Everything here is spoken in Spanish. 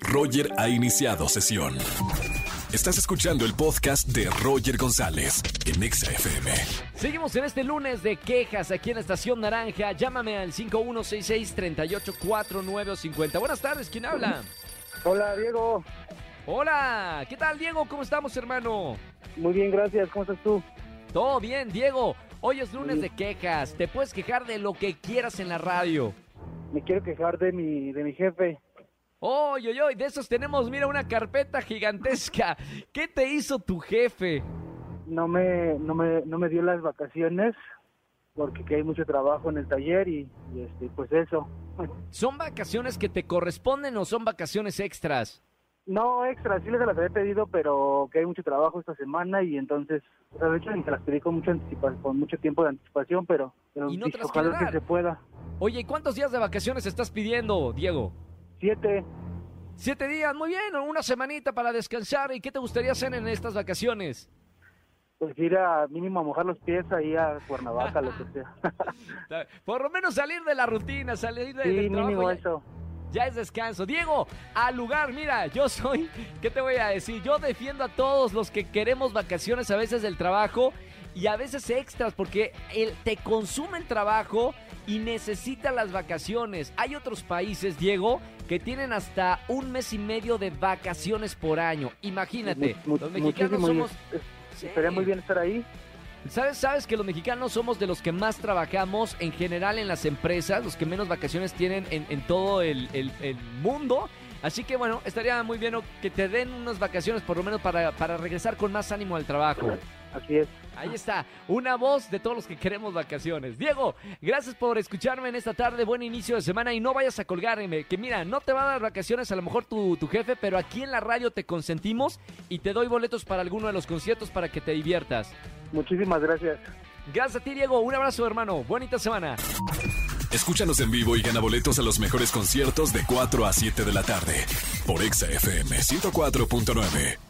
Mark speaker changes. Speaker 1: Roger ha iniciado sesión. Estás escuchando el podcast de Roger González en Exa FM.
Speaker 2: Seguimos en este lunes de quejas aquí en Estación Naranja. Llámame al 5166-384950. Buenas tardes, ¿quién habla?
Speaker 3: Hola, Diego.
Speaker 2: Hola, ¿qué tal Diego? ¿Cómo estamos, hermano?
Speaker 3: Muy bien, gracias. ¿Cómo estás tú?
Speaker 2: Todo bien, Diego. Hoy es lunes de quejas. Te puedes quejar de lo que quieras en la radio.
Speaker 3: Me quiero quejar de mi, de mi jefe.
Speaker 2: Oy, oy, oy, de esos tenemos, mira, una carpeta gigantesca. ¿Qué te hizo tu jefe?
Speaker 3: No me, no me, no me dio las vacaciones porque que hay mucho trabajo en el taller y, y, este, pues eso.
Speaker 2: ¿Son vacaciones que te corresponden o son vacaciones extras?
Speaker 3: No, extra, sí les las había pedido, pero que hay mucho trabajo esta semana y entonces, o sea, de hecho, me las pedí con mucho, anticipa- con mucho tiempo de anticipación, pero, pero
Speaker 2: Y no te las
Speaker 3: ojalá
Speaker 2: quiero dar.
Speaker 3: que se pueda.
Speaker 2: Oye, ¿y ¿cuántos días de vacaciones estás pidiendo, Diego?
Speaker 3: Siete,
Speaker 2: Siete días, muy bien, una semanita para descansar. ¿Y qué te gustaría hacer en estas vacaciones?
Speaker 3: pues ir a mínimo a mojar los pies ahí a Cuernavaca, lo que sea.
Speaker 2: Por lo menos salir de la rutina, salir de,
Speaker 3: sí,
Speaker 2: del
Speaker 3: mínimo
Speaker 2: trabajo. Ya,
Speaker 3: eso.
Speaker 2: ya es descanso. Diego, al lugar, mira, yo soy, ¿qué te voy a decir? Yo defiendo a todos los que queremos vacaciones a veces del trabajo y a veces extras porque el- te consume el trabajo y necesita las vacaciones. Hay otros países, Diego, que tienen hasta un mes y medio de vacaciones por año. Imagínate,
Speaker 3: Mu- mu-
Speaker 2: los mexicanos
Speaker 3: muchísimo,
Speaker 2: somos...
Speaker 3: y es- Estaría
Speaker 2: Sí.
Speaker 3: muy bien estar ahí.
Speaker 2: ¿Sabes, ¿Sabes que los mexicanos somos de los que más trabajamos en general en las empresas, los que menos vacaciones tienen en, en todo el, el- el mundo? Así que bueno, estaría muy bien ¿no? que te den unas vacaciones por lo menos para, para regresar con más ánimo al trabajo.
Speaker 3: Así es.
Speaker 2: Ahí está, una voz de todos los que queremos vacaciones. Diego, gracias por escucharme en esta tarde, buen inicio de semana y no vayas a colgarme, que mira, no te va a dar vacaciones a lo mejor tu, tu jefe, pero aquí en la radio te consentimos y te doy boletos para alguno de los conciertos para que te diviertas.
Speaker 3: Muchísimas gracias.
Speaker 2: Gracias a ti, Diego. Un abrazo, hermano. Bonita semana.
Speaker 1: Escúchanos en vivo y gana boletos a los mejores conciertos de 4 a 7 de la tarde por Exa FM 104.9.